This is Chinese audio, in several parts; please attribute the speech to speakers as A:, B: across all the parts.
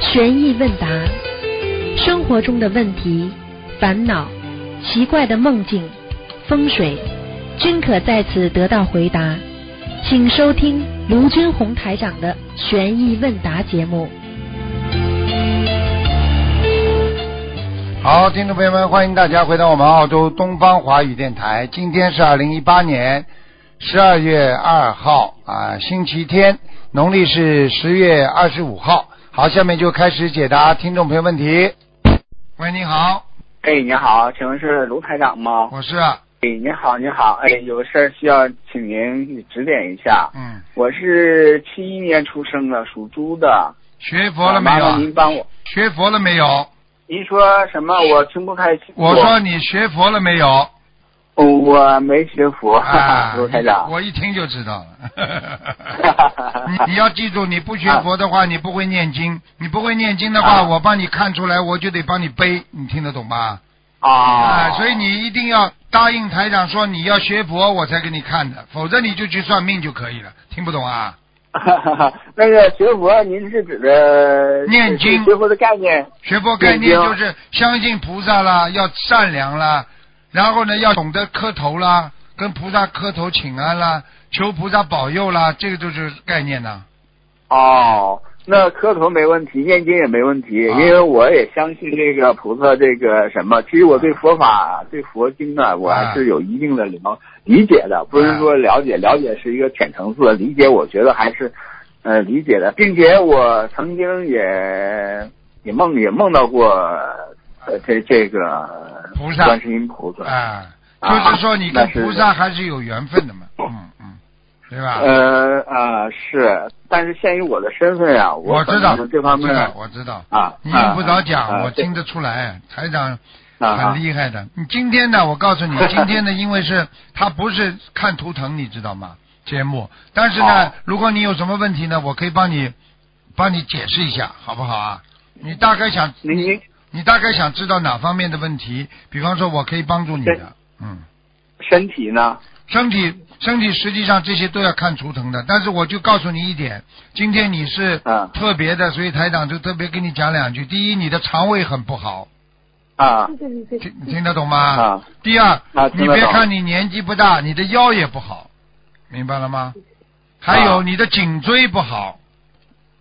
A: 悬疑问答，生活中的问题、烦恼、奇怪的梦境、风水，均可在此得到回答。请收听卢军红台长的悬疑问答节目。
B: 好，听众朋友们，欢迎大家回到我们澳洲东方华语电台。今天是二零一八年十二月二号啊，星期天，农历是十月二十五号。好，下面就开始解答听众朋友问题。喂，你好，
C: 哎，你好，请问是卢台长吗？
B: 我是啊
C: 哎，你好，你好，哎，有事儿需要请您指点一下。
B: 嗯，
C: 我是七一年出生的，属猪的。
B: 学佛了没
C: 麻
B: 有
C: 烦您
B: 啊？
C: 帮我。
B: 学佛了没有？
C: 您说什么？我听不开心。
B: 我说你学佛了没有？
C: 我，我没学佛，
B: 啊
C: 卢台，长。
B: 我一听就知道 了。你你要记住，你不学佛的话，你不会念经，你不会念经的话，
C: 啊
B: 我帮你看出来，我就得帮你背，你听得懂吧？
C: 啊，
B: 所以你一定要答应台长说你要学佛，我才给你看的，否则你就去算命就可以了。听不懂啊？
C: 那个学佛，您是指的
B: 念经
C: 学佛的概念？
B: 学佛概念
C: 念经
B: 就是相信菩萨啦，要善良啦，然后呢要懂得磕头啦，跟菩萨磕头请安啦，求菩萨保佑啦，这个就是概念呐、
C: 哦，那磕头没问题，念经也没问题，
B: 啊
C: 因为我也相信这个菩萨这个什么。其实我对佛
B: 啊
C: 法、对佛经呢，我还是有一定的了理解的，不是
B: 啊
C: 说了解，了解是一个浅层次的理解，我觉得还是呃理解的，并且我曾经也也梦也梦到过呃这这个
B: 菩萨
C: 观世音菩萨。
B: 啊，
C: 啊
B: 就是说你跟
C: 那是
B: 菩萨还是有缘分的嘛，嗯嗯，对吧？
C: 呃啊是，但是限于我的身份啊，
B: 我
C: 可
B: 知道
C: 能这方面
B: 我知道，我知道，
C: 啊，
B: 你用不着讲，
C: 啊啊
B: 我听得出来，台长
C: 啊啊
B: 很厉害的。你今天呢，我告诉你， 今天呢，因为是他不是看图腾，你知道吗？节目，但是呢
C: 哦，
B: 如果你有什么问题呢，我可以帮你帮你解释一下，好不好啊？你大概想
C: 您您
B: 你大概想知道哪方面的问题？比方说，我可以帮助你
C: 对
B: 的，嗯。
C: 身体呢？
B: 身体身体实际上这些都要看图腾的，但是我就告诉你一点，今天你是
C: 嗯
B: 特别的，所以台长就特别跟你讲两句。第一，你的肠胃很不好，
C: 啊
B: 听听得懂吗？
C: 啊
B: 第二，
C: 啊
B: 你
C: 听得懂
B: 别看你年纪不大，你的腰也不好，明白了吗？还有
C: 啊
B: 你的颈椎不好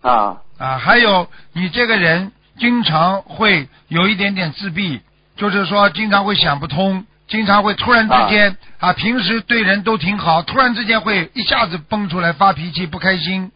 C: 啊
B: 啊，还有你这个人经常会有一点点自闭，就是说经常会想不通，经常会突然之间啊平时对人都挺好，突然之间会一下子蹦出来发脾气，不开心，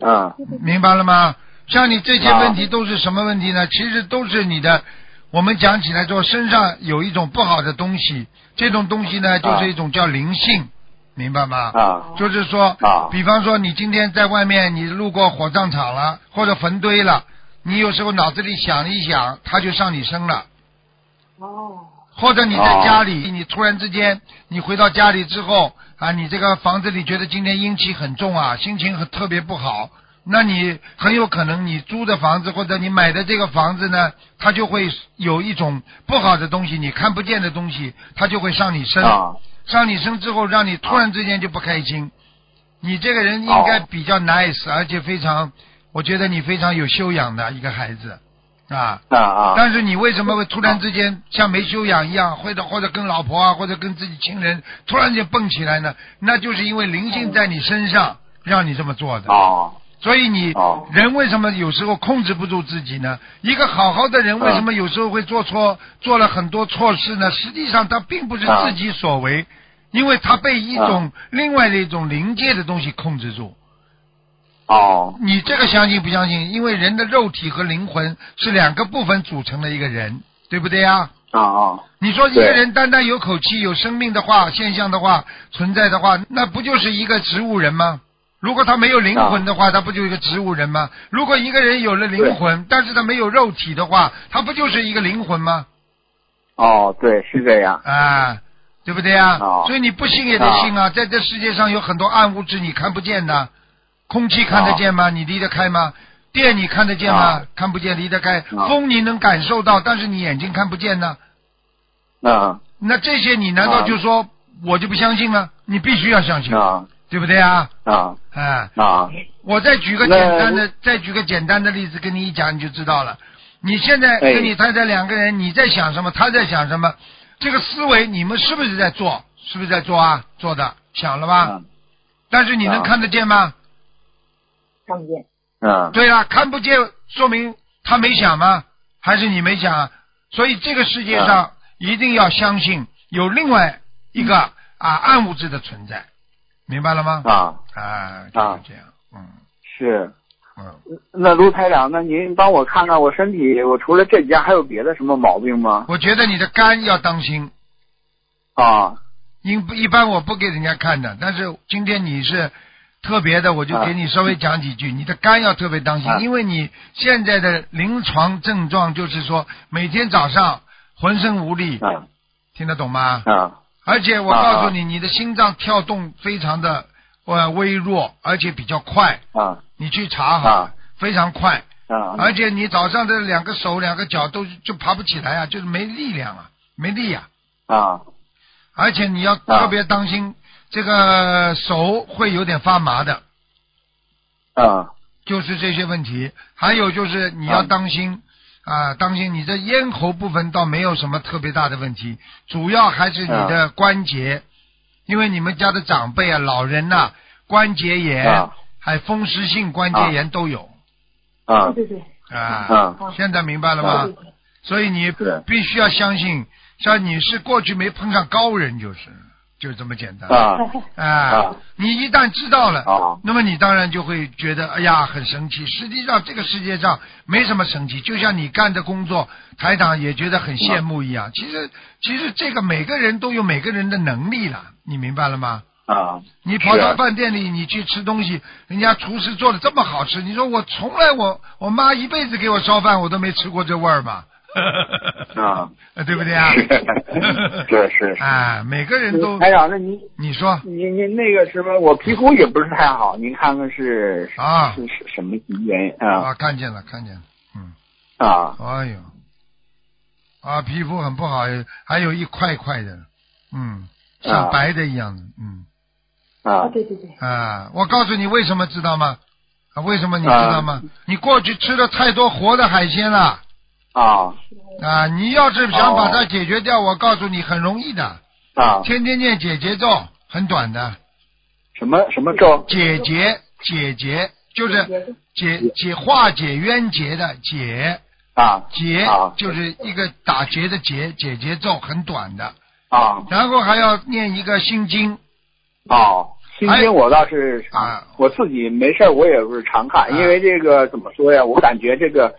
C: 啊
B: 明白了吗？像你这些问题都是什么问题呢？其实都是你的，我们讲起来说，身上有一种不好的东西，这种东西呢，就是一种叫灵性，明白吗？
C: 啊
B: 就是说
C: 啊，
B: 比方说你今天在外面，你路过火葬场了，或者坟堆了，你有时候脑子里想一想，它就上你身了。
D: 哦
B: 或者你在家里，你突然之间，你回到家里之后啊，你这个房子里觉得今天阴气很重啊，心情很特别不好，那你很有可能你租的房子或者你买的这个房子呢，它就会有一种不好的东西，你看不见的东西，它就会上你身，
C: 啊
B: 上你身之后，让你突然之间就不开心。你这个人应该比较 nice，而且非常，我觉得你非常有修养的一个孩子啊。
C: 啊啊
B: 但是你为什么会突然之间像没修养一样，或者或者跟老婆啊，或者跟自己亲人突然间蹦起来呢？那就是因为灵性在你身上让你这么做的。
C: 哦
B: 所以你
C: 哦
B: 人为什么有时候控制不住自己呢？一个好好的人为什么有时候会做错，做了很多错事呢？实际上他并不是自己所为，因为他被一种另外的一种灵界的东西控制住。
C: 哦
B: 你这个相信不相信？因为人的肉体和灵魂是两个部分组成的一个人，对不对呀？
C: 啊啊
B: 你说一个
C: 对
B: 人单单有口气、有生命的话、现象的话、存在的话，那不就是一个植物人吗？如果他没有灵魂的话，他不就一个植物人吗？如果一个人有了灵魂，但是他没有肉体的话，他不就是一个灵魂吗？
C: 哦，对，是这样。
B: 啊，对不对啊？
C: 哦
B: 所以你不信也得信啊，在这世界上有很多暗物质你看不见的，空气看得见吗？你离得开吗？电你看得见吗？
C: 哦
B: 看不见，离得开。
C: 哦
B: 风你能感受到，但是你眼睛看不见呢。
C: 啊嗯
B: 那这些你难道就说我就不相信了？你必须要相信，
C: 啊
B: 对不对啊？
C: 啊
B: 哎，
C: 啊
B: 我再举个
C: 那
B: 简单的，再举个简单的例子跟你一讲，你就知道了。你现在
C: 哎
B: 跟你太太两个人，你在想什么，他在想什么，这个思维你们是不是在做？是不是在做啊？做的想了吧？
C: 嗯
B: 但是你能
C: 啊
B: 看得见吗？
D: 看不见，
C: 嗯
B: 对啊，看不见，说明他没想吗？还是你没想啊？所以这个世界
C: 啊
B: 上一定要相信有另外一个
C: 嗯
B: 啊暗物质的存在，明白了吗？
C: 啊
B: 啊，就是这样，嗯
C: 是。
B: 嗯，
C: 那卢台长，那您帮我看看我身体，我除了这家还有别的什么毛病吗？
B: 我觉得你的肝要当心，
C: 啊
B: 因一般我不给人家看的，但是今天你是特别的，我就给你稍微讲几句。你的肝要特别当心
C: 啊，
B: 因为你现在的临床症状就是说，每天早上浑身无力，
C: 啊
B: 听得懂吗？
C: 啊
B: 而且我告诉你，你的心脏跳动非常的呃微弱，而且比较快，
C: 啊
B: 你去查好
C: 啊
B: 了，非常快。
C: 啊
B: 而且你早上的两个手、两个脚都就爬不起来啊，就是没力量啊，没力呀、
C: 啊！
B: 而且你要特别当心，这个手会有点发麻的，
C: 啊
B: 就是这些问题。还有就是你要
C: 啊
B: 当心啊，当心你的咽喉部分倒没有什么特别大的问题，主要还是你的
C: 啊
B: 关节，因为你们家的长辈啊、老人呐、关节炎
C: 啊
B: 还风湿性关节炎都有
C: 啊
D: 对对对，
B: 啊
C: 啊。
B: 现在明白了吗？所以你
C: 是
B: 必须要相信，像你是过去没碰上高人，就是就这么简单。
C: 啊
B: 啊，
C: 啊
B: 你一旦知道了，
C: 啊
B: 那么你当然就会觉得哎呀很神奇。实际上这个世界上没什么神奇，就像你干的工作，台长也觉得很羡慕一
C: 嗯
B: 样。其实其实这个每个人都有每个人的能力了，你明白了吗？
C: 啊！
B: 你跑到
C: 是
B: 饭店里，你去吃东西，人家厨师做的这么好吃，你说我从来我我妈一辈子给我烧饭，我都没吃过这味儿嘛。
C: 啊，
B: 对不对 啊？
C: 是是嗯是。
B: 啊，每个人都，
C: 台长，哎那您
B: 你说
C: 您您那个什么，我皮肤也不是太好，您看看是是
B: 啊
C: 是是什么原因啊
B: 啊，看见了，看见了，嗯，
C: 啊
B: 哎呦，啊，皮肤很不好，还有一块一块的，嗯，像
C: 啊
B: 白的一样的，嗯，
D: 啊
C: 啊
D: 对对对，
B: 啊，我告诉你为什么知道吗？啊，为什么你知道吗？你过去吃了太多活的海鲜了，
C: 啊
B: 啊，你要是想把它
C: 哦
B: 解决掉，我告诉你很容易的，
C: 啊！
B: 天天念解结咒，很短的，
C: 什么什么咒
B: 解结解结就是解解化解冤结的解
C: 啊
B: 结
C: 啊，
B: 就是一个打结的结，解结咒很短的，
C: 啊
B: 然后还要念一个心经
C: 哦，心
B: 哎
C: 经我倒是
B: 啊
C: 我自己没事儿我也不是常看，
B: 啊
C: 因为这个怎么说呀？我感觉这个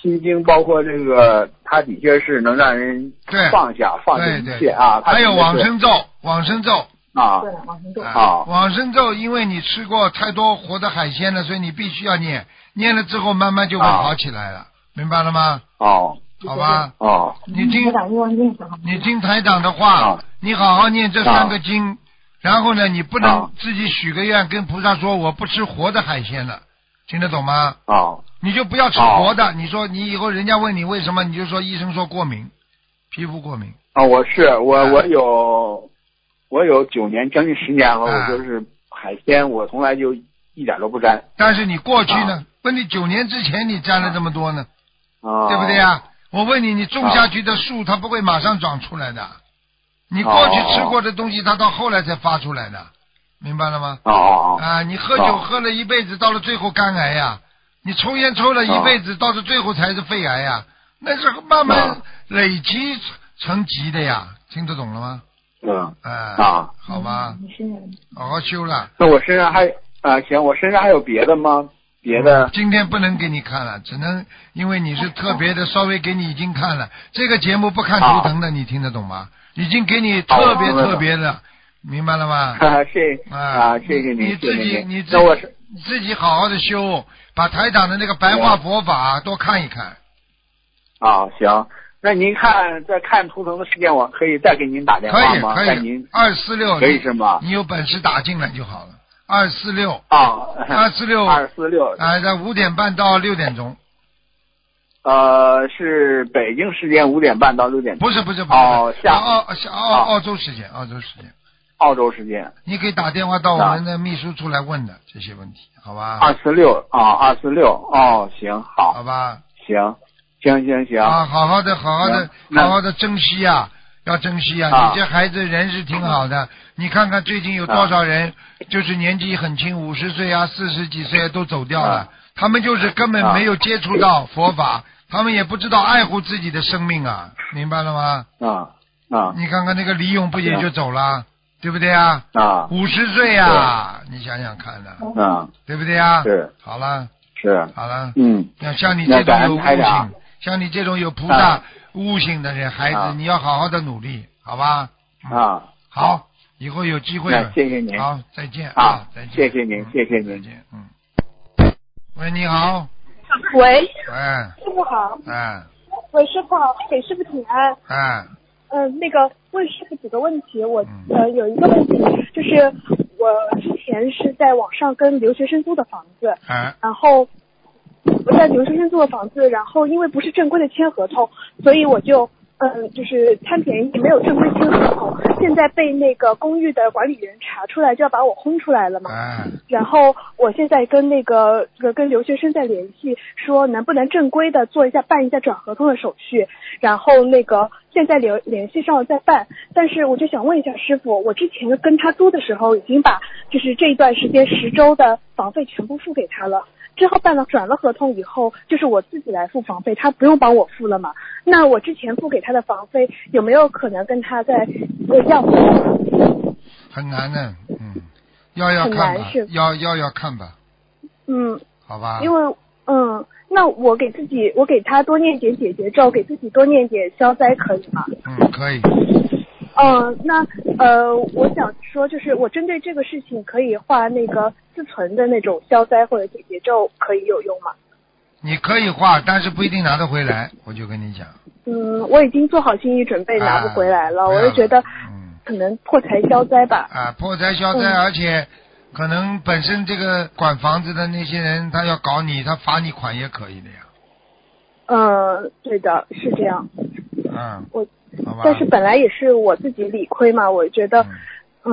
C: 心经包括这个，它的确是能让人
B: 对
C: 放下放下
B: 对
C: 一切
B: 对，
C: 啊。它
B: 还有
C: 的确
B: 往
C: 是
B: 生咒，往生咒，
C: 啊
D: 对了，往上动，
B: 啊
C: 哦
B: 往生咒，因为你吃过太多活的海鲜了，所以你必须要念，念了之后慢慢就会
C: 啊
B: 好起来了，明白了吗？
C: 哦
B: 好吧，
C: 哦
B: 你听
D: 我打一万遍好吗？
B: 你听台长的话，
C: 啊
B: 你好好念这三个经，然后呢，你不
C: 啊
B: 能自己许个愿，跟菩萨说我不吃活的海鲜了，听得懂吗？
C: 哦
B: 你就不要吃活的。你说你以后人家问你为什么，你就说医生说过敏，皮肤过敏。
C: 哦，我是我
B: 啊
C: 我有我有九年将近十年了，
B: 啊
C: 我就是海鲜我从来就一点都不沾
B: 但是你过去
C: 哦
B: 呢？问你九年之前你沾了这么多呢，
C: 啊，
B: 对不对？呀？我问你，你种下去的
C: 哦
B: 树它不会马上长出来的，你过去吃过的东西它到后来才发出来的，明白了吗？
C: 哦哦
B: 啊，你喝酒
C: 哦
B: 喝了一辈子，到了最后肝癌呀、你抽烟抽了一
C: 哦
B: 辈子，到了最后才是肺癌呀、那是慢慢
C: 啊
B: 累积成成疾的呀，听得懂了吗？
C: 哦，
B: 啊，
C: 嗯啊，
B: 好吧，
D: 嗯你是
B: 好好修了。
C: 那我身上还啊行，我身上还有别的吗？别的
B: 嗯今天不能给你看了，只能因为你是特别的，稍微给你已经看了。这个节目不看图腾的，你听得懂吗？已经给你特别
C: 哦明白了
B: 特别的，明白了吗？
C: 哈，谢谢
B: 啊
C: 啊，谢谢
B: 你
C: 您，谢
B: 自己
C: 谢
B: 你
C: 您。
B: 自
C: 那我是
B: 己你自己好好的修，把台长的那个白话佛法多看一看。
C: 啊，行。那您看在看图腾的时间，我可以再给您打电
B: 可
C: 话
B: 以
C: 吗？
B: 可
C: 在
B: 以
C: 您，
B: 二四六
C: 可以是吗？
B: 你有本事打进来就好了。二四六，
C: 啊，
B: 二四六，
C: 二四六，
B: 哎，在五点半到六点钟，
C: 呃，是北京时间五点半到六点。
B: 不是不是不是，
C: 哦下
B: 澳下澳
C: 哦
B: 澳洲时间，澳洲时间，
C: 澳洲时间。
B: 你可以打电话到我们的秘书处来问的这些问题，好吧？
C: 二十六啊，二十六哦，行，好，
B: 好吧，
C: 行，行行行
B: 啊，好好的，好好的，
C: 那
B: 好好的珍惜呀、要珍惜呀、
C: 啊
B: 你这孩子人是挺好的，你看看最近有多少
C: 啊
B: 人就是年纪很轻，五十岁啊、四十几岁啊都走掉了、
C: 啊
B: 他们就是根本
C: 啊
B: 没有接触到佛法，他们也不知道爱护自己的生命啊，明白了吗？
C: 啊啊
B: 你看看那个李勇不也
C: 是
B: 就走了，对不对啊？
C: 啊
B: 五十岁啊，你想想看呐、
C: 啊，
B: 对不对啊？
C: 是
B: 好了，
C: 是，
B: 好了，
C: 嗯，
B: 像像你这
C: 那
B: 种
C: 感
B: 有
C: 恩
B: 悟
C: 台长
B: 性，像你这种有菩萨
C: 啊
B: 悟性的人，孩
C: 啊
B: 子，你要好好的努力，好吧？
C: 啊，
B: 好，以后有机会
C: 那
B: 了，
C: 谢谢您，
B: 好，再见
C: 好
B: 啊，再见，
C: 谢谢您
B: 嗯
C: 谢谢您
B: 再见，嗯。喂，你好，
E: 喂，
B: 哎
E: 师傅好，
B: 哎
E: 喂，师傅好，给师傅请安。
B: 哎，
E: 嗯、那个问师傅几个问题，我
B: 嗯
E: 呃有一个问题，就是我之前是在网上跟留学生租的房子，
B: 哎，
E: 然后我在留学生租的房子，然后因为不是正规的签合同，所以我就嗯、呃就是贪便宜，没有正规签合同，现在被那个公寓的管理员查出来，就要把我轰出来了嘛。
B: 哎，
E: 然后我现在跟那个呃跟留学生在联系，说能不能正规的做一下办一下转合同的手续。然后那个现在联联系上了再办，但是我就想问一下师傅，我之前跟他租的时候已经把就是这一段时间十周的房费全部付给他了。之后办了转了合同以后，就是我自己来付房费，他不用帮我付了嘛？那我之前付给他的房费有没有可能跟他再呃要回来？
B: 很难的，嗯，要要
E: 很
B: 看
E: 难
B: 吧
E: 是，
B: 要要要看吧，
E: 嗯，
B: 好吧？
E: 因为嗯，那我给自己，我给他多念点解结咒，给自己多念点消灾，可以吗？
B: 嗯，可以，
E: 嗯，那呃，我想说，就是我针对这个事情，可以画那个自存的那种消灾或者解结咒，可以有用吗？
B: 你可以画，但是不一定拿得回来，我就跟你讲。
E: 嗯，我已经做好心理准备，拿不回来了，
B: 啊
E: 我就觉得
B: 嗯
E: 可能破财消灾吧。
B: 啊，破财消灾，
E: 嗯
B: 而且可能本身这个管房子的那些人，他要搞你，他罚你款也可以的呀。
E: 嗯，对的，是这样。
B: 嗯，
E: 我
B: 好吧。
E: 但是本来也是我自己理亏嘛，我觉得
B: 嗯，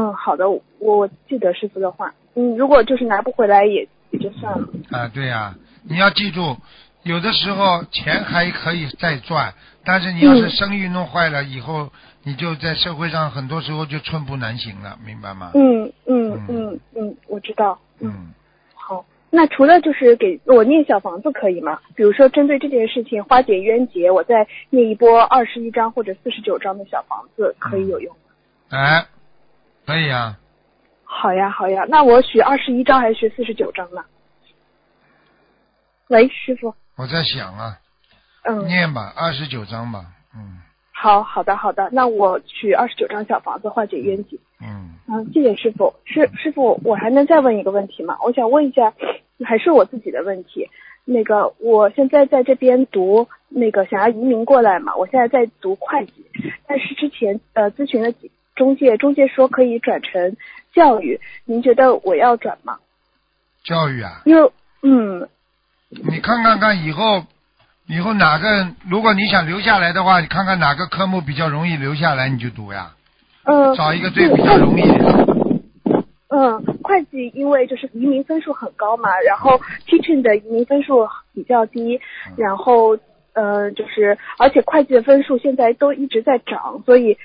E: 嗯，好的，我我记得师傅的话，嗯，如果就是拿不回来也也就算了。
B: 啊，对呀、你要记住，有的时候钱还可以再赚，但是你要是
E: 嗯
B: 声誉弄坏了，以后你就在社会上很多时候就寸步难行了，明白吗？
E: 嗯嗯
B: 嗯
E: 嗯嗯，我知道。
B: 嗯，
E: 好，那除了就是给我念小房子可以吗？比如说针对这件事情化解冤结，我再念一波二十一章或者四十九章的小房子，可以有用吗？
B: 哎，可以啊，
E: 好呀好呀，那我许二十一章还是许四十九章呢？喂，师傅，
B: 我在想啊，
E: 嗯，
B: 念吧，二十九章吧，嗯
E: 好好的好的，那我许二十九章小房子化解冤结。
B: 嗯。
E: 嗯，谢谢师傅。师师傅，我还能再问一个问题吗？我想问一下，还是我自己的问题。那个，我现在在这边读，那个想要移民过来嘛，我现在在读会计，但是之前呃咨询了几中介，中介说可以转成教育，您觉得我要转吗？
B: 教育啊，
E: 因为嗯
B: 你看看看以后，以后哪个如果你想留下来的话，你看看哪个科目比较容易留下来，你就读呀，
E: 嗯
B: 找一个最比较容易的。
E: 嗯，会计因为就是移民分数很高嘛，然后 teaching 的移民分数比较低，然后呃就是而且会计的分数现在都一直在涨，所以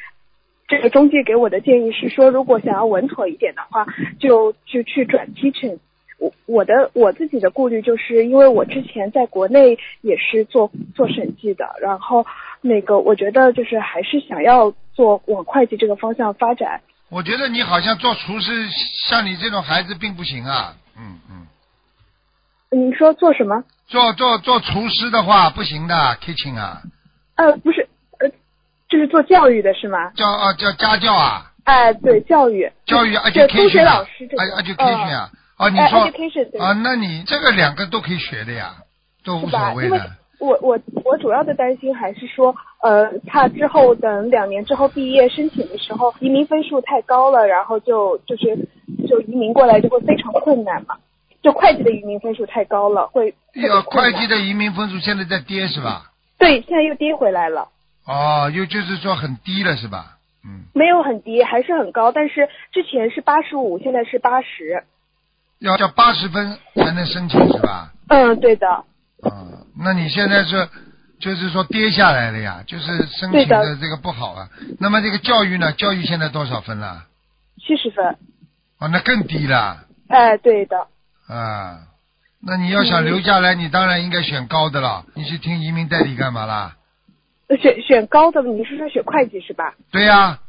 E: 这个中介给我的建议是说，如果想要稳妥一点的话，就就去转 teaching。我我的我自己的顾虑就是，因为我之前在国内也是做做审计的，然后那个我觉得就是还是想要做往会计这个方向发展。
B: 我觉得你好像做厨师，像你这种孩子并不行啊，嗯嗯，
E: 你说做什么？
B: 做做做厨师的话不行的，kitchen 啊，
E: 呃，不是，呃，就是做教育的是吗？
B: 叫啊叫家教啊，
E: 哎、对，教育，
B: 教育
E: 对中学
B: education
E: 老
B: 啊
E: 师这种，
B: 哎，education 啊，啊
E: 嗯，
B: 你
E: 哎、
B: 说
E: education 对、
B: 啊，那你这个两个都可以学的呀，都无
E: 是
B: 所
E: 吧？
B: 谓
E: 因为
B: 的。
E: 我我我主要的担心还是说，呃，他之后等两年之后毕业申请的时候，移民分数太高了，然后就就是就移民过来就会非常困难嘛。就会计的移民分数太高了，会特别
B: 要
E: 困
B: 哎会
E: 难
B: 计的移民分数现在在跌是吧？
E: 对，现在又跌回来了。
B: 哦，又就是说很低了是吧？嗯，
E: 没有很低，还是很高，但是之前是八十五，现在是八十。
B: 要要八十分才能申请是吧？
E: 嗯，对的，
B: 嗯，那你现在是就是说跌下来了呀，就是申
E: 对
B: 请
E: 的
B: 的这个不好啊。那么这个教育呢？教育现在多少分了？
E: 七十分。
B: 哦，那更低了
E: 哎，对的，
B: 啊。那你要想留下来，你当然应该选高的了。你去听移民代理干嘛啦？
E: 选选高的，你是说选会计是吧？
B: 对呀、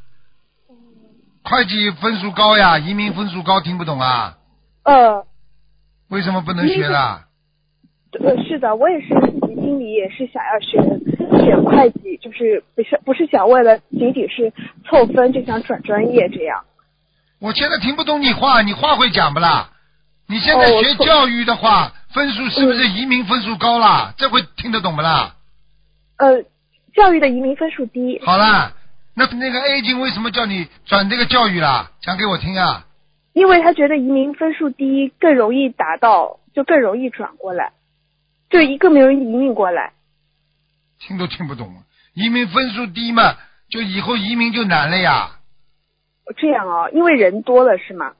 B: 会计分数高呀，移民分数高，听不懂啊？
E: 呃，
B: 为什么不能学啦？
E: 呃，是的，我也是自己心里也是想要选选会计，就是不是不是想为了仅仅是凑分就想转专业这样。
B: 我现在听不懂你话，你话会讲不啦？你现在
E: 哦我
B: 学
E: 错
B: 教育的话，分数是不是移民分数高啦？这会听得懂不啦？
E: 呃，教育的移民分数低，
B: 好啦，那那个 A 君为什么叫你转这个教育啦？讲给我听啊！
E: 因为他觉得移民分数低更容易达到，就更容易转过来，就一个没有移民过来。
B: 听都听不懂，移民分数低嘛，就以后移民就难了呀。
E: 这样哦，因为人多了是吗？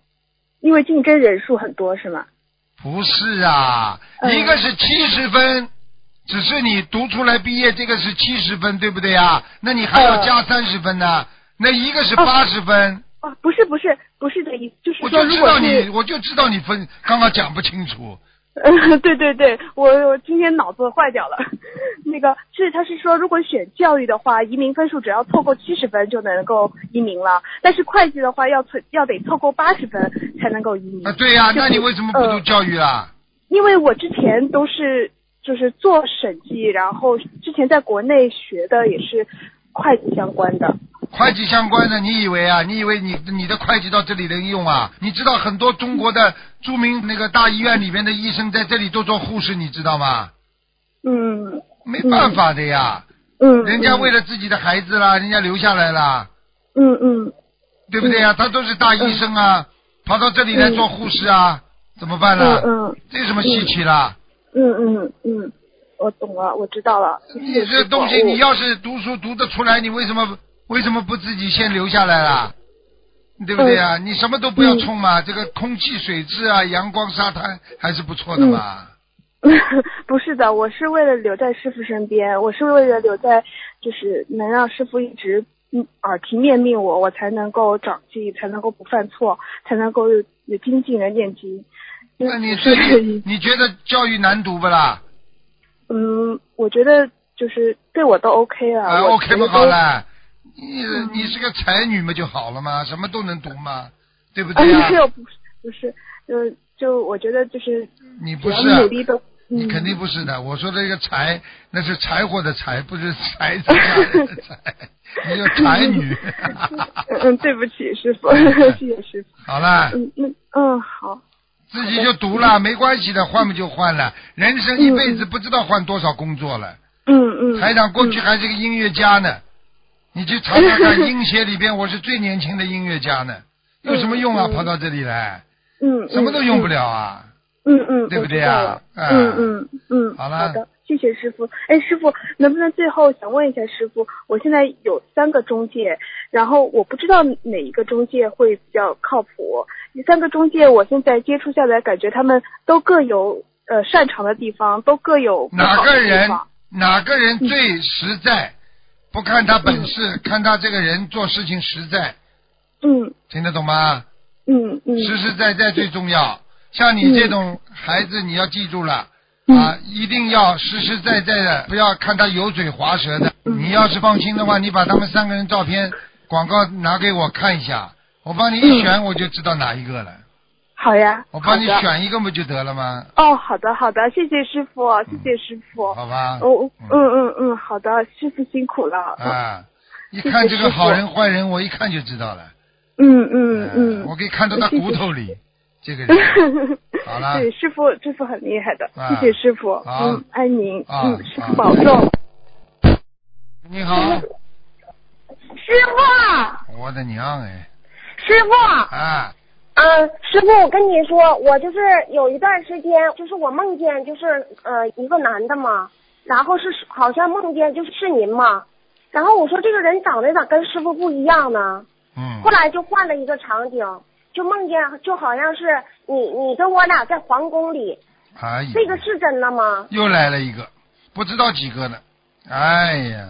E: 因为竞争人数很多是吗？
B: 不是啊，
E: 嗯
B: 一个是七十分，只是你读出来毕业，这个是七十分，对不对啊？那你还要
E: 嗯啊
B: 加三十分呢。那一个是八十分，
E: 哦，不是不是不是这意思，就是
B: 我
E: 说
B: 就
E: 如
B: 知
E: 果
B: 道你，
E: 是，
B: 我就知道你分刚刚讲不清楚。
E: 嗯，对对对，我我今天脑子坏掉了。 那个是他是说，如果选教育的话，移民分数只要凑够七十分就能够移民了，但是会计的话要凑要得凑够八十分才能够移民。
B: 啊，对呀、
E: 就是
B: 那你为什么不读
E: 嗯
B: 教育啊啦？
E: 因为我之前都是就是做审计，然后之前在国内学的也是会计相关的。
B: 会计相关的，你以为啊？你以为你你的会计到这里能用啊？你知道很多中国的著名那个大医院里面的医生在这里都做护士，你知道吗？
E: 嗯
B: 没办法的呀，
E: 嗯。
B: 人家为了自己的孩子啦，人家留下来啦，
E: 嗯嗯
B: 对不对呀、他都是大医生啊，跑到这里来做护士啊，怎么办
E: 嗯
B: 啦？
E: 嗯
B: 这有什么稀奇啦？
E: 嗯嗯嗯，我懂了，我知道了。
B: 你这东西，你要是读书读得出来，你为什么为什么不自己先留下来啦？对不对呀、
E: 嗯
B: 你什么都不要冲嘛，这个空气、水质啊、阳光、沙滩还是不错的嘛。
E: 不是的，我是为了留在师傅身边，我是为了留在，就是能让师傅一直嗯耳提面命我，我才能够长进，才能够不犯错，才能够有有精进人念经。
B: 那你
E: 嗯是
B: 自己你觉得教育难读不啦？
E: 嗯，我觉得就是对我都 OK 了。
B: 啊
E: 我
B: ，OK
E: 觉得
B: 不好
E: 都嗯
B: 啦。你你是个才女嘛就好了嘛，什么都能读嘛，对不
E: 啊，
B: 对呀、
E: 没有，不是， 不是，呃，就我觉得就是
B: 你不
E: 只
B: 是，
E: 要
B: 啊
E: 努力都，
B: 你
E: 嗯
B: 肯定不是的。我说这个才，那是柴火的柴，不是 柴子的柴，你叫才女。 哎
E: 嗯 嗯，对不起，师傅，谢谢师傅。
B: 好啦，
E: 嗯，那嗯好，
B: 自己就读了，没关系的，换不就换了。人生一辈子不知道换多少工作了。
E: 嗯嗯。
B: 台长过去还是个音乐家呢，你去查查看，音协里边我是最年轻的音乐家呢，有什么用啊？
E: 嗯
B: 跑到这里来，
E: 嗯，嗯
B: 什么都用不。了啊。
E: 嗯嗯，嗯
B: 对不对啊
E: 我知道了
B: 啊
E: 嗯嗯嗯，
B: 好了
E: 的，谢谢师傅。哎，师傅，能不能最后想问一下师傅，我现在有三个中介，然后我不知道哪一个中介会比较靠谱。三个中介，我现在接触下来，感觉他们都各有呃擅长的地方，都各有不
B: 哪
E: 好
B: 个
E: 的地
B: 人
E: 方。
B: 哪个人最实在？不看他本事，看他这个人做事情实在，
E: 嗯
B: 听得懂吗？
E: 嗯嗯，
B: 实实在在最重 要。像你这种孩子，你要记住了。
E: 嗯
B: 啊，一定要实实在在的，不要看他油嘴滑舌的。
E: 嗯
B: 你要是放心的话，你把他们三个人照片广告拿给我看一下，我帮你一选，我就知道哪一个了。
E: 好呀，
B: 我帮你
E: 好的。
B: 选一个不就得了吗？
E: 哦，好的好的，谢谢师傅，谢谢师傅。
B: 好吧。
E: 哦，嗯嗯嗯，好的，师傅辛苦了。
B: 啊，一看这个好人坏人，我一看就知道了。啊
E: 嗯嗯嗯。
B: 哎我可以看到他
E: 谢谢
B: 骨头里，这个人 好了
E: 对，师傅，师傅很厉害的，
B: 啊
E: 谢谢师傅，
B: 好
E: 嗯，爱您，
B: 啊
E: 嗯，师
B: 啊
E: 傅保重。
B: 你好，
F: 师傅，
B: 我的娘哎！
F: 师傅，
B: 啊，
F: 嗯，师傅，我跟你说，我就是有一段时间，就是我梦见就是呃一个男的嘛，然后是好像梦见就是是您嘛，然后我说这个人长得咋跟师傅不一样呢？
B: 嗯
F: 后来就换了一个场景，就梦见就好像是你你跟我俩在皇宫里，
B: 哎呀，
F: 这个是真的吗？
B: 又来了一个，不知道几个呢。哎呀，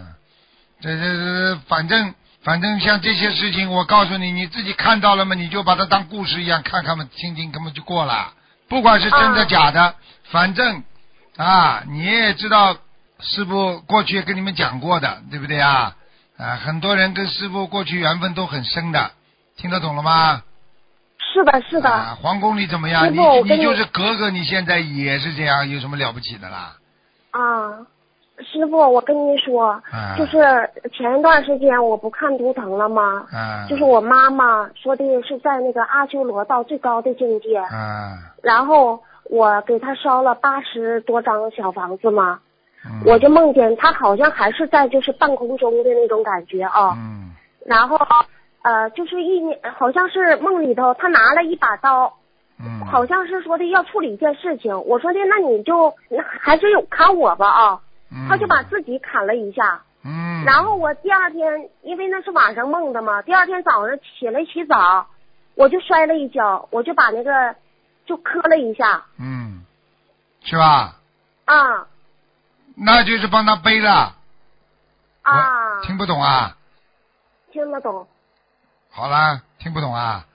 B: 这这这，反正反正像这些事情，我告诉你，你自己看到了吗？你就把它当故事一样看看嘛，听听，根本就过了。不管是真的
F: 啊
B: 假的，反正啊，你也知道师傅过去也跟你们讲过的，对不对啊？啊，很多人跟师傅过去缘分都很深的，听得懂了吗？
F: 是的，是的。
B: 啊，皇宫里怎么样？
F: 师
B: 你
F: 傅我跟
B: 你
F: 你
B: 就是格格，你现在也是这样，有什么了不起的啦？
F: 啊，师傅，我跟您说，
B: 啊
F: 就是前一段时间我不看图腾了吗？
B: 啊，
F: 就是我妈妈说的是在那个阿修罗道最高的境界，
B: 啊，
F: 然后我给她烧了八十多张小房子嘛，
B: 嗯
F: 我就梦见她好像还是在就是半空中的那种感觉啊，
B: 嗯
F: 然后呃就是一年好像是梦里头她拿了一把刀，
B: 嗯，
F: 好像是说的要处理一件事情，我说的那你就那还是有砍我吧啊，
B: 嗯，
F: 他就把自己砍了一下，
B: 嗯，
F: 然后我第二天，因为那是晚上梦的嘛，第二天早上起来洗澡，我就摔了一跤，我就把那个就磕了一下
B: 嗯，是吧？
F: 啊
B: 那就是帮他背了
F: 啊
B: 我，听不懂啊？
F: 听得懂，
B: 好啦，听不懂啊？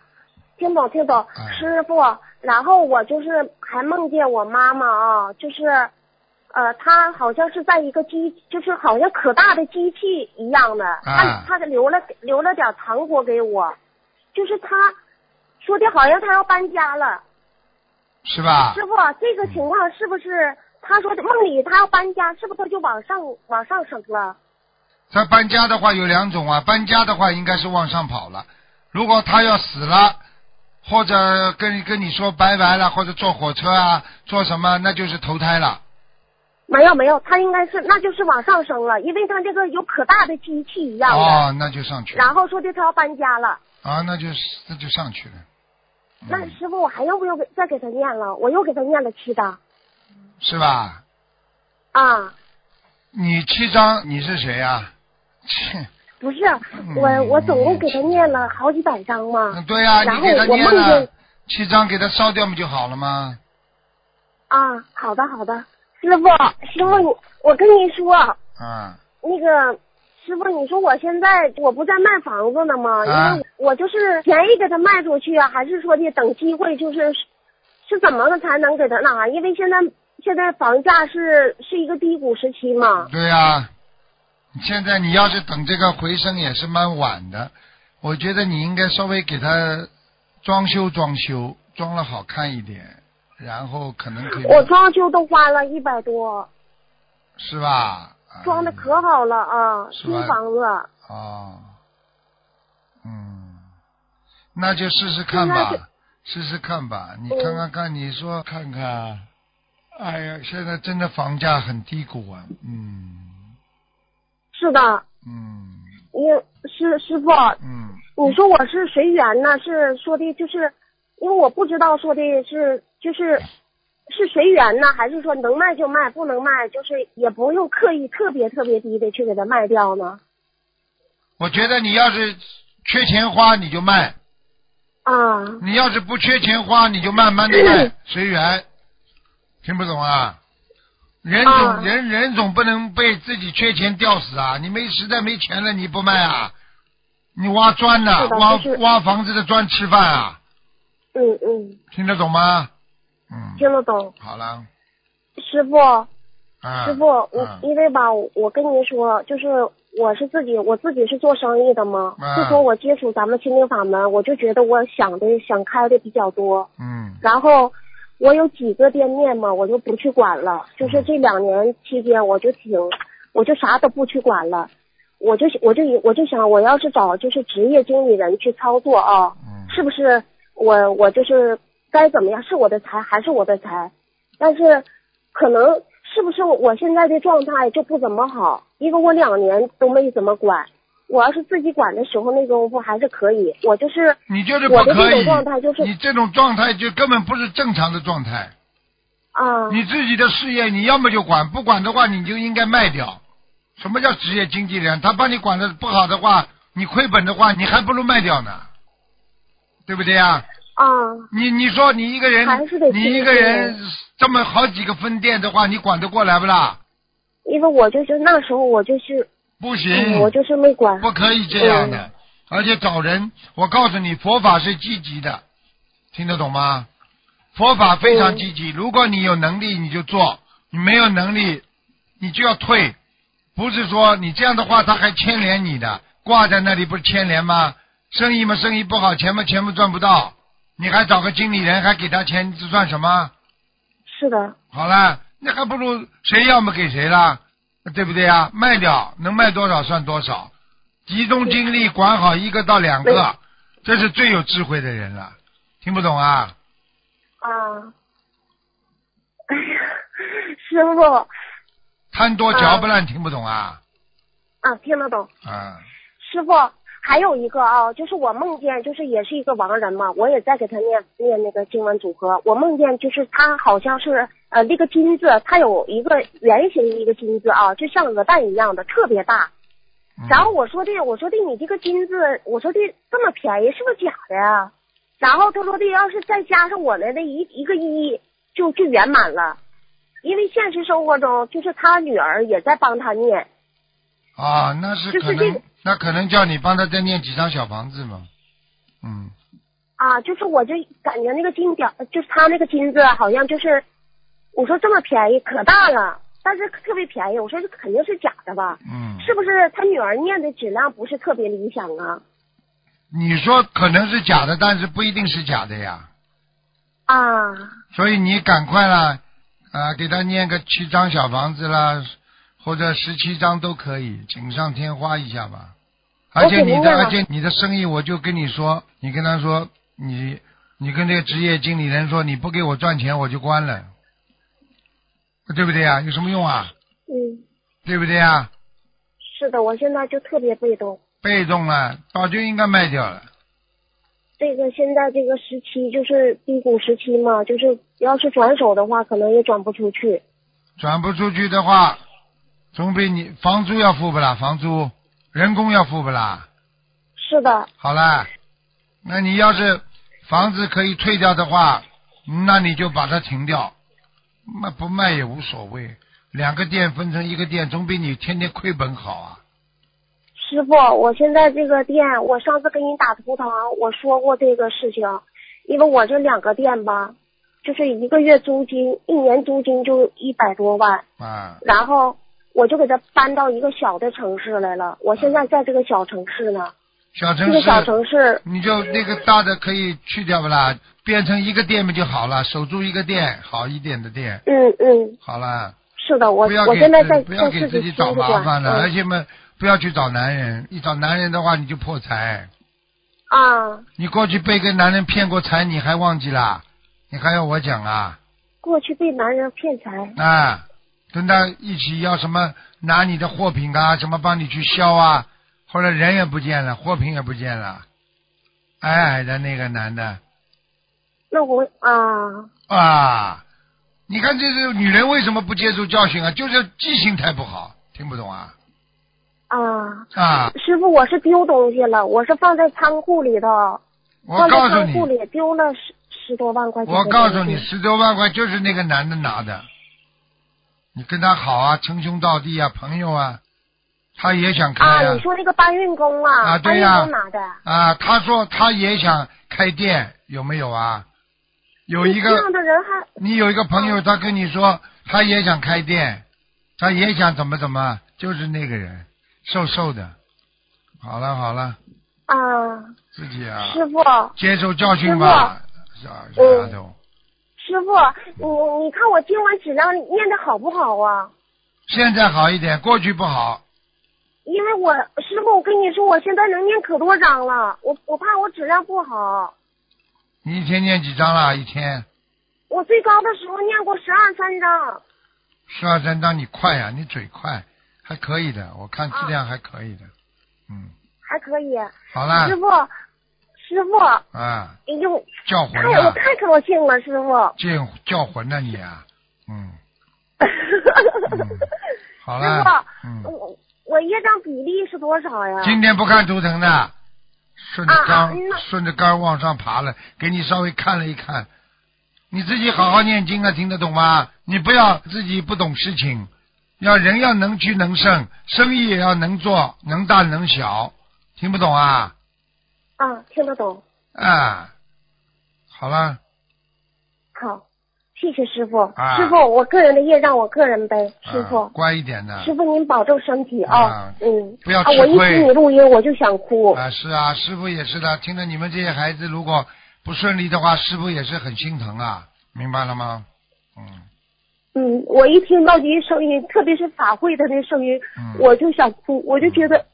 F: 听懂听懂，
B: 嗯
F: 师傅。然后我就是还梦见我妈妈啊，就是，呃，她好像是在一个机，就是好像可大的机器一样的，
B: 啊
F: 她她留了留了点糖果给我，就是她说的好像她要搬家了。
B: 是吧？
F: 师傅，啊这个情况是不是他说的梦里他要搬家，是不是他就往上往上升了？
B: 他搬家的话有两种啊，搬家的话应该是往上跑了。如果他要死了，或者跟跟你说拜拜了，或者坐火车啊，坐什么，那就是投胎了。
F: 没有没有，他应该是那就是往上升了，因为他这个有可大的机器一样的。
B: 哦，那就上去了
F: 然后说的他要搬家了，
B: 啊，那就是那就上去了。嗯
F: 那师傅我还要不要给再给他念了？我又给他念了七张
B: 是吧？
F: 啊，
B: 你七张，你是谁啊？切。
F: 不是我我总共给他念了好几百张嘛
B: 嗯， 对呀、
F: 然
B: 你
F: 后
B: 给他
F: 我
B: 念
F: 梦
B: 了
F: 见
B: 七张，给他烧掉不就好了吗？
F: 啊，好的好的，师傅师傅你我跟你说，
B: 啊，
F: 那个师傅，你说我现在我不在卖房子呢吗？
B: 啊
F: 因为我就是便宜给他卖出去啊，还是说的等机会，就是是怎么的才能给他那啥？因为现在现在房价是是一个低谷时期嘛。
B: 对呀、现在你要是等这个回升也是蛮晚的，我觉得你应该稍微给他装修装修，装了好看一点，然后可能可以
F: 我装修都花了一百多，
B: 是吧？哎
F: 装的可好了啊，
B: 是
F: 新
B: 吧
F: 房子。
B: 哦，嗯，那就试试看
F: 看吧
B: 吧，试试看吧。你
F: 嗯
B: 看看看，你说看看，哎呀，现在真的房价很低谷啊，嗯
F: 是的，
B: 嗯
F: 因师师傅，
B: 嗯，
F: 你说我是随缘呢？是说的，就是因为我不知道说的是就是是随缘呢，还是说能卖就卖，不能卖就是也不用刻意特别特别低的去给它卖掉呢？
B: 我觉得你要是缺钱花你就卖，
F: 啊，
B: 你要是不缺钱花你就慢慢的 卖，随缘。听不懂啊？人总、
F: 啊
B: 人人总不能被自己缺钱吊死啊！你没实在没钱了，你不卖啊？你挖砖呐、
F: 是的
B: 挖
F: 就是
B: 挖房子的砖吃饭啊？
F: 嗯嗯，
B: 听得懂吗？嗯，
F: 听得懂，
B: 好了，
F: 师傅
B: 啊，
F: 师傅，我
B: 啊
F: 因为吧，我跟您说，就是我是自己我自己是做生意的嘛，
B: 啊
F: 自从我接触咱们心灵法门，我就觉得我想的想开的比较多，
B: 嗯
F: 然后我有几个店面嘛，我就不去管了。就是这两年期间，我就挺，我就啥都不去管了。我就我就我就想，我要是找就是职业经理人去操作啊，
B: 嗯
F: 是不是我我就是该怎么样？是我的财还是我的财？但是可能是不是我现在的状态就不怎么好，因为我两年都没怎么管。我要是自己管的时候，那功夫还是可以。我就是
B: 你就是不
F: 我
B: 可
F: 的这
B: 以
F: 种状态就，是
B: 你这种状态就根本不是正常的状态。
F: 啊，
B: 你自己的事业，你要么就管，不管的话，你就应该卖掉。什么叫职业经纪人？他帮你管的不好的话，你亏本的话，你还不如卖掉呢，对不对呀？
F: 啊，
B: 你你说你一个人
F: 还是得，
B: 你一个人这么好几个分店的话，你管得过来不啦？
F: 因为我就是那时候我就是，
B: 不
F: 嗯
B: 行，
F: 我就是没管。嗯
B: 不可以这样的。而且找人，我告诉你，佛法是积极的，听得懂吗？佛法非常积极，如果你有能力你就做，你没有能力你就要退，不是说你这样的话他还牵连你的，挂在那里不是牵连吗？生意嘛生意不好，钱嘛钱嘛赚不到，你还找个经理人还给他钱，这算什么？
F: 是的，
B: 好了，那还不如谁要么给谁啦，对不对啊？卖掉能卖多少算多少，集中精力管好一个到两个，这是最有智慧的人了。听不懂啊？
F: 啊。哎呀，师傅
B: 贪多嚼不烂，听不懂啊？
F: 啊，听得懂。
B: 啊，
F: 师傅，还有一个啊，就是我梦见，就是也是一个亡人嘛，我也在给他念念那个经文组合。我梦见就是他好像是呃那个金字，它有一个圆形的一个金字啊，就像鹅蛋一样的，特别大。
B: 嗯
F: 然后我说的，我说的你这个金字，我说的这么便宜，是不是假的呀、然后他说的要是再加上我的那一一个一，就就圆满了。因为现实生活中，就是他女儿也在帮他念，
B: 啊，那是
F: 就是
B: 可
F: 这
B: 能
F: 个，
B: 那可能叫你帮他再念几张小房子嘛。嗯，
F: 啊，就是我就感觉那个金表，就是他那个金子好像就是，我说这么便宜可大了，但是特别便宜，我说这肯定是假的吧？
B: 嗯
F: 是不是他女儿念的质量不是特别理想啊？
B: 你说可能是假的，但是不一定是假的呀。嗯
F: 啊，
B: 所以你赶快啦，啊，给他念个七张小房子啦，或者十七张都可以，锦上添花一下吧。而且
F: 我给
B: 你
F: 您
B: 的，
F: 念了
B: 而且你的生意，我就跟你说，你跟他说，你你跟这个职业经理人说，你不给我赚钱，我就关了，对不对呀、有什么用啊？
F: 嗯，
B: 对不对呀、
F: 是的，我现在就特别被动，
B: 被动了，早就应该卖掉了。
F: 这个现在这个时期就是低谷时期嘛，就是要是转手的话，可能也转不出去。
B: 转不出去的话，总比你房租要付不啦？房租、人工要付不啦？
F: 是的，
B: 好啦，那你要是房子可以退掉的话，那你就把它停掉，卖不卖也无所谓。两个店分成一个店，总比你天天亏本好啊。
F: 师傅，我现在这个店，我上次跟你打图腾，我说过这个事情，因为我这两个店吧，就是一个月租金，一年租金就一百多万，
B: 啊，
F: 然后我就给他搬到一个小的城市来了，我现在在这个小城市呢，
B: 小城
F: 这个小
B: 市
F: 城市
B: 你就那个大的可以去掉不啦？变成一个店不就好了？守住一个店，好一点的店，
F: 嗯嗯，
B: 好了。
F: 是的，我
B: 不要
F: 我
B: 给
F: 现在
B: 自
F: 在
B: 不要
F: 在
B: 给
F: 自
B: 自
F: 己
B: 己
F: 租
B: 找
F: 的
B: 麻烦
F: 馆，
B: 了，而
F: 嗯
B: 且嘛，不要去找男人，一找男人的话你就破财。
F: 啊，
B: 你过去被一个男人骗过财，你还忘记啦？你还要我讲啊？
F: 过去被男人骗财，
B: 啊，跟他一起要什么拿你的货品啊，什么帮你去销啊，后来人也不见了，货品也不见了，矮矮的那个男的
F: 那我啊，
B: 啊，你看这是女人为什么不接受教训啊？就是记性太不好，听不懂啊
F: 啊，
B: 啊！
F: 师傅，我是丢东西了，我是放在仓库里头，
B: 我
F: 放在
B: 告诉
F: 仓
B: 你
F: 库，里丢了十十多万块钱。
B: 我告诉你，，十多万块就是那个男的拿的。你跟他好啊，称兄道弟啊，朋友啊，他也想开
F: 啊，
B: 啊
F: 你。说那个搬运工啊，
B: 啊
F: 搬
B: 对
F: 运
B: 呀
F: 工拿的，
B: 啊他说他也想开店，有没有啊？有一
F: 这
B: 个，
F: 样的人还
B: 你有一个朋友，他跟你说他也想开店，他也想怎么怎么，就是那个人，瘦瘦的。好了好了，
F: 啊，
B: 自己啊，
F: 师傅，
B: 接受教训吧，小小
F: 嗯
B: 丫头。
F: 师傅，你你看我今晚质量念的好不好啊？
B: 现在好一点，过去不好。
F: 因为我师傅，我跟你说，我现在能念可多章了，我我怕我质量不好，
B: 你一天念几张啦？一天
F: 我最高的时候念过十二三章，
B: 十二三张，你快呀、你嘴快，还可以的，我看质量
F: 啊
B: 还可以的。嗯，
F: 还可以。
B: 好啦
F: 师，傅，师傅，
B: 啊，
F: 哎呦，
B: 叫魂
F: 太
B: 了、
F: 我太高兴了，师傅。
B: 见叫魂了你啊，嗯，嗯
F: 师
B: 好
F: 傅
B: 啦，，嗯，
F: 我我业障比例是多少呀？
B: 今天不看图腾的，顺着
F: 啊
B: 刚、
F: 啊那
B: 顺着杆儿往上爬了，给你稍微看了一看。你自己好好念经啊，听得懂吗？你不要自己不懂事情，要人要能屈能伸，生意也要能做，能大能小，听不懂啊？
F: 啊，听得懂。
B: 啊，好了，
F: 好，谢谢师傅。
B: 啊
F: 师傅，我个人的业障我个人背。师傅，
B: 啊、乖一点的
F: 师傅您保重身体啊。
B: 啊
F: 嗯。
B: 不要
F: 啊，
B: 吃
F: 我一
B: 亏
F: 听你录音我就想哭。
B: 啊，是啊，师傅也是的。听着你们这些孩子如果不顺利的话，师傅也是很心疼啊，明白了吗？嗯。
F: 嗯，我一听到您声音，特别是法会的那声音，
B: 嗯
F: 我就想哭，我就觉得。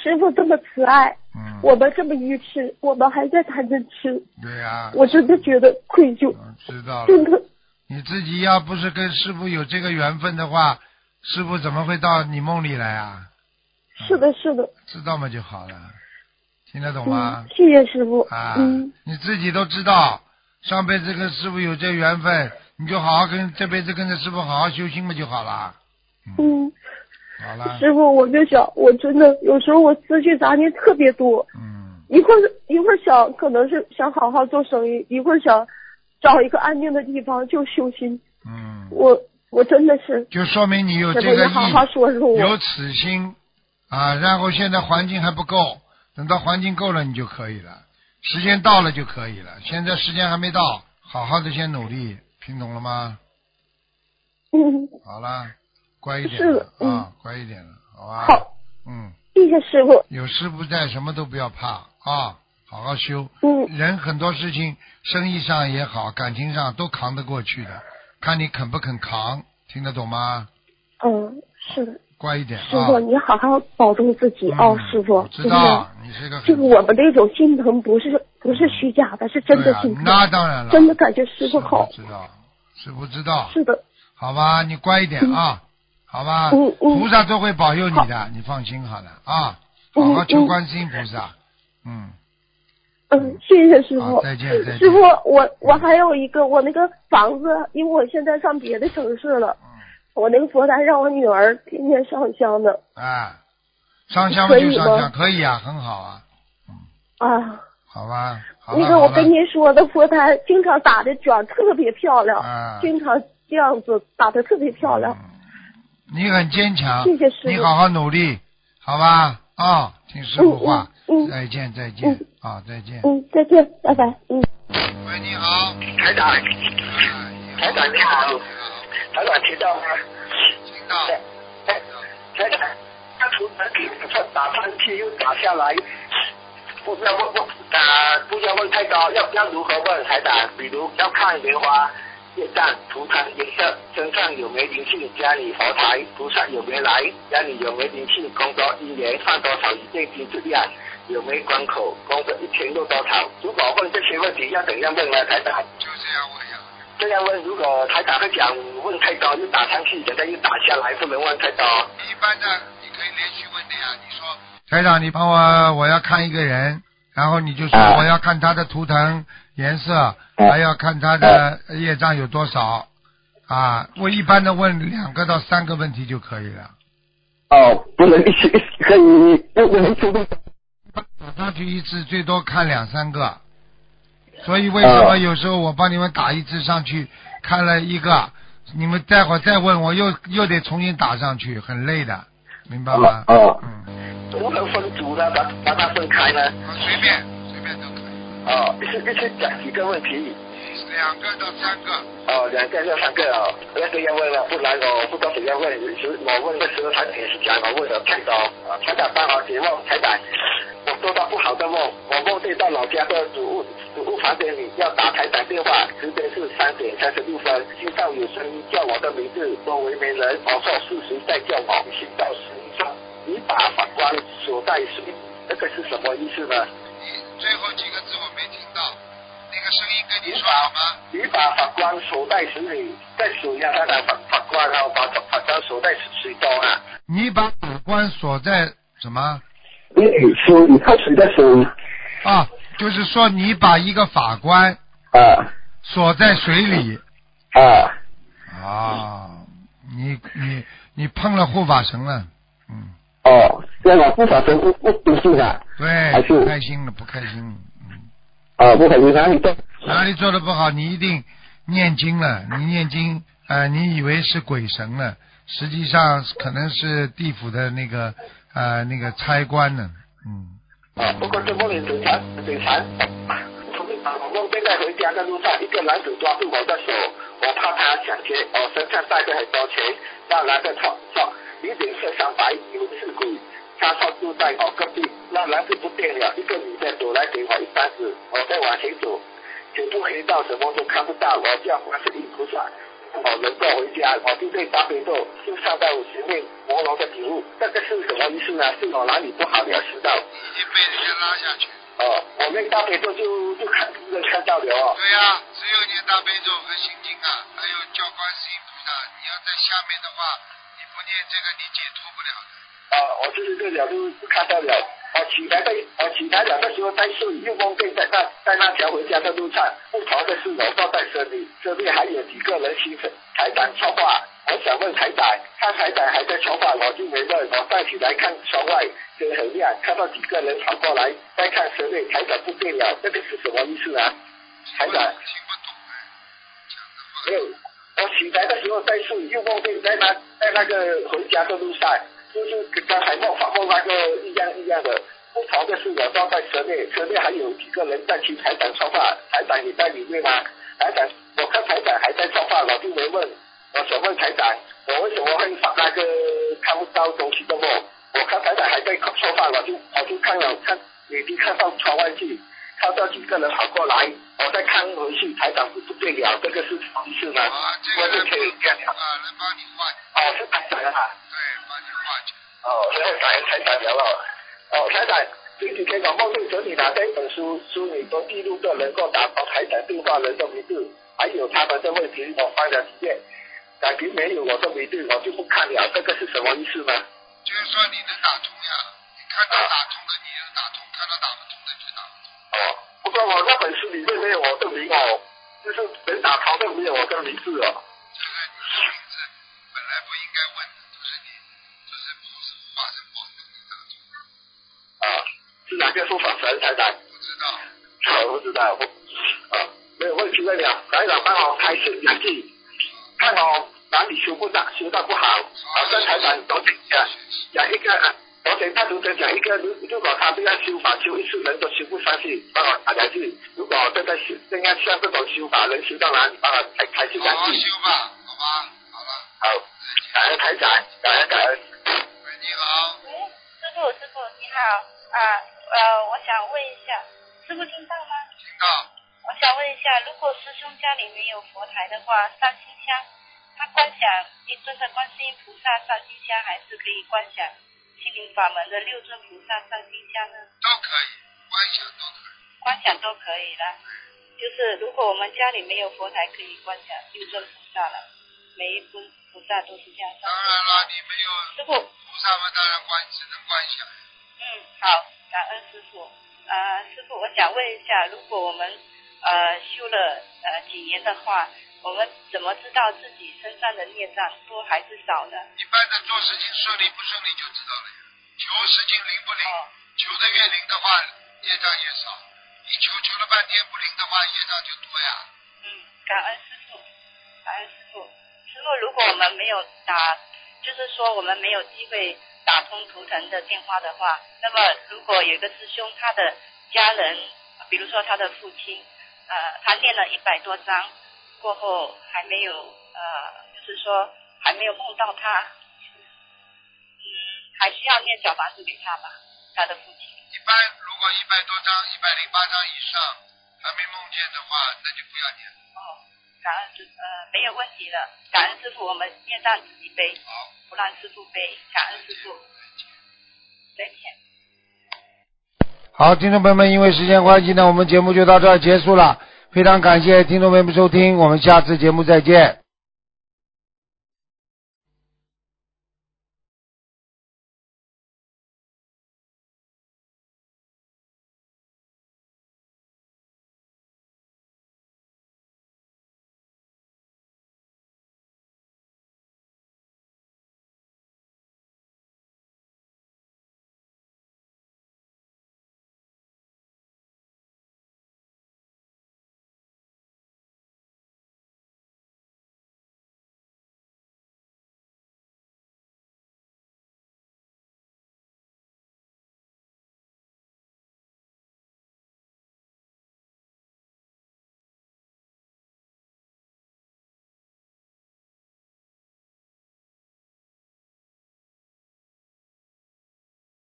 F: 师傅这么慈爱，
B: 嗯，
F: 我们这么愚痴，我们还在贪嗔痴，
B: 对呀、
F: 我真的觉得愧疚，
B: 啊嗯知道
F: 真
B: 了。
F: 的
B: 你自己要不是跟师傅有这个缘分的话，师傅怎么会到你梦里来啊？
F: 是的，是的，
B: 知道嘛就好了，听得懂吗
F: 嗯，？谢谢师傅，
B: 啊，
F: 嗯，
B: 你自己都知道，上辈子跟师傅有这缘分，你就好好跟这辈子跟着师傅好好修心嘛就好了。嗯，啊
F: 嗯，
B: 好了，
F: 师傅，我就想，我真的有时候我思绪杂念特别多，
B: 嗯，
F: 一会儿一会儿想可能是想好好做生意，一会儿想找一个安静的地方就修心。
B: 嗯，
F: 我我真的是，
B: 就说明你有
F: 师
B: 这
F: 傅
B: 个
F: 你
B: 意
F: 好好说说
B: 有
F: 我。
B: 此心啊，然后现在环境还不够，等到环境够了你就可以了，时间到了就可以了。现在时间还没到，好好的先努力，听懂了吗？
F: 嗯，
B: 好啦，乖一点
F: 是
B: 了
F: 的嗯
B: 啊，乖一点了，好吧？
F: 好，
B: 嗯，
F: 谢谢师傅。
B: 有师傅在，什么都不要怕啊，好好修。
F: 嗯
B: 人很多事情，生意上也好，感情上都扛得过去的，看你肯不肯扛，听得懂吗？
F: 嗯，是的，
B: 乖一点啊。
F: 师傅你好好保重自己哦，
B: 嗯
F: 师傅
B: 我，知
F: 真的
B: 道，你是一个很
F: 就是我们这种心疼不是不是虚假的，是真
B: 对
F: 的
B: 啊
F: 心疼，
B: 那当然了，
F: 真的感觉师傅好。
B: 知道，师傅知道，
F: 是的，
B: 好吧，你乖一点啊，好吧，
F: 嗯嗯
B: 菩萨都会保佑你的，你放心好了啊，好好
F: 嗯
B: 求
F: 嗯
B: 观世音菩萨，嗯，
F: 嗯，谢谢师
B: 好，
F: 傅。
B: 再见再见
F: 师，傅，我我还有一个，我那个房子，因为我现在上别的城市了，
B: 嗯
F: 我那个佛台让我女儿天天上香的
B: 啊，上香嘛就上
F: 可以
B: 香，
F: 吗
B: 可以啊，很好啊，
F: 啊。
B: 好吧，好了
F: 那个我
B: 好了
F: 跟您说的佛台经常打的卷儿，特别漂亮，
B: 啊
F: 经常这样子打的特别漂亮。
B: 你很坚强，
F: 谢谢师傅
B: 你好好努力，好吧，啊，听师傅话，
F: 嗯嗯嗯
B: 再见再见啊，再见，
F: 嗯，再见，拜拜。嗯，
B: 喂，你好，
G: 台长，
B: 哎你
G: 台长你好
B: 你好。
G: 台长听到吗？
B: 听到，
G: 哎，台长，他从哪里打上去又打下来？不要问问啊，不要问太高，要要如何问台长？比如要看莲花。业障、图腾颜色、身上有没灵性、家里佛台、菩萨有没来、家里有没灵性、工作一年放多少一件金质量、有没关口、工作一天又多少？如果问这些问题，要怎样问呢？台长？
B: 就这样问呀。
G: 这样问，如果台长会讲问太多，又打上去，人家又打下来，不能问太多。
B: 一般的你可以连续问的呀，你说台长，你帮我，我要看一个人，然后你就说
G: 啊
B: 我要看他的图腾颜色，还要看他的业障有多少啊。我一般的问两个到三个问题就可以了。
G: 哦，不能一起，可以，不不能主动。
B: 打上去一次最多看两三个，所以为什么
G: 哦
B: 有时候我帮你们打一次上去，看了一个，你们待会儿再问我又又得重新打上去，很累的，明白吗？
G: 哦
B: 嗯，
G: 如何分组呢？把把它分开呢？
B: 随便随便都可以，
G: 哦，一次一次讲几个问题。
B: 两个到三个。
G: 哦，两个到三个哦，那这样问了，不然我不知道怎样问。有时我问的时候，台长也是讲我问的太多。啊台长帮我解梦，台长，我做到不好的梦，我梦见到老家的主屋主屋房间里要打台长电话，时间是三点三十六分，听到有声音叫我的名字，周围没人，我说是谁在叫我？听到声音说你把法官锁在谁？那个是什么意思呢？
B: 你最后几个字我没听到，那个声音跟你说好吗？
G: 你把法官锁在水里，再锁一下他的法法官，然后把法官锁在水中啊。
B: 你把法官锁在什么？
G: 你锁，你看谁在锁
B: 啊，就是说你把一个法官
G: 啊
B: 锁在水里。
G: 啊！
B: 啊，你你你碰了护法神了，嗯，
G: 哦哦，这样不小心不不不信啊，还
B: 对，
G: 是
B: 不开心了，不开心了。
G: 啊，不小心哪里动？
B: 哪里做的不好，你一定念经了。你念经，呃，你以为是鬼神了，实际上可能是地府的那个呃那个差官呢。嗯，
G: 啊，不过这梦里经常嘴馋。从啊，我梦见在回家的路上，一个男子抓住我的手，我怕他抢劫，我、身上带着很多钱，那男的穿穿一顶身上白牛刺骨，他靠住在我隔壁，那男子不见了，一个女的走来给我一张纸，我再往前走，全部黑到什么都看不到，我叫观世音菩萨。我能够回家，我就对大悲咒就上到前面朦胧的体悟，这个是什么意思呢？是我哪里不好了知道？
B: 已经被人家拉下去。
G: 哦，我那大悲咒就就看能看到了哦。
B: 对呀、只有念大悲咒和心经啊，还有叫观世音菩萨。你要在下面的话，你不念这个，你解脱不了的。
G: 啊，我就是这了就就看到了。我起来的，我起来了的时候在睡，又梦见在那在那条回家的路上，不同的是我坐在车里，车内还有几个人欺负台长说话。我想问台长，看台长还在说话，我就没问。我站起来看窗外，天很亮，看到几个人跑过来，再看车内台长不见了，这个是什么意思啊？台长。
B: 听不懂哎，讲的话。
G: 没有，我起来的时候在睡，又梦见在那在那个回家的路上，就是跟刚才梦发梦那个一样一样的。不同的是，我坐在车内，车内还有几个人在听台长说话，台长也在里面吗？台长，我看台长还在说话，我就没问。我想问台长，我为什么会发那个看不到东西的梦？我看台长还在说话，我就我就看了看，已经看到窗外去。看到几个人跑过来，我再看回去，台长不不对了，这个是什么意思呢？
B: 啊，这个
G: 我就
B: 人
G: 可以这样了。
B: 啊，来帮你化解，
G: 哦，是台长啊。
B: 对，帮你化解。
G: 哦，然后台台长聊了。哦，台长，前几天我梦见整理拿着一本书，书里头记录着能够打到台长对话人的名字，还有他们的位置，我翻了几页，感觉没有我的名字，我就不看了，这个是什么意思呢？
B: 就是说你能打通呀，你看到打通的你就打通，看到打不通的就打不通。
G: 哦，不过我那本书里面没有我的名哦，就是能打通的没有我的名字哦。
B: 这个你的名字本来不应该问的，就是你，就是不是化成宝能打通，
G: 啊，是哪个说法神台长？
B: 不知道。
G: 我不知道，我啊没有问题问了。台长帮我开始讲记，
B: 啊
G: 看我哪里修不到，修到不好。好像台长昨天讲讲一个，啊昨天他昨天讲一个，如如果他这样修法修一次人都修不上去，帮我打两句。如果这个修这样像这种修法能修到哪里，帮我开开始
B: 好
G: 讲
B: 好
G: 记。
B: 哦修吧，好吧，好了，
G: 好，感恩台长，感恩感恩。
B: 喂，你好，
H: 喂，哎师傅，师傅你好，啊呃，我想问一下，师傅听到吗？
B: 听到？
H: 我想问一下，如果师兄家里没有佛台的话，三清香，他观想一尊的观世音菩萨三清香，还是可以观想心灵法门的六尊菩萨三清香呢？
B: 都可以，观想都可以。
H: 观想都可以啦。就是如果我们家里没有佛台，可以观想六尊菩萨了，每一尊菩萨都是这样上
B: 当然了，你没有
H: 师傅，
B: 菩萨嘛，当然观只能观想。
H: 嗯，好，感恩师傅。呃，师傅，我想问一下，如果我们呃修了呃几年的话，我们怎么知道自己身上的孽障多还是少呢？
B: 一般的做事情顺利不顺利就知道了呀。求事情灵不灵，
H: 哦
B: 求的越灵的话，业障越少；一求求了半天不灵的话，业障就多呀。
H: 嗯，感恩师傅，感恩师傅。师傅，如果我们没有打，就是说我们没有机会打通图腾的电话的话，那么如果有一个师兄他的家人，比如说他的父亲，呃，他念了一百多章过后还没有，呃，就是说还没有梦到他，嗯，还需要念小房子给他吧，他的父亲。
B: 一般如果一百多张、一百零八张以上还没梦见的话，那就不要念了。
H: 哦，感恩师呃没有问题了，感恩师傅，我们念上自己背，不让师傅背，感恩师傅，再见。
B: 好，听众朋友们，因为时间关系呢，我们节目就到这儿结束了。非常感谢听众朋友们收听，我们下次节目再见。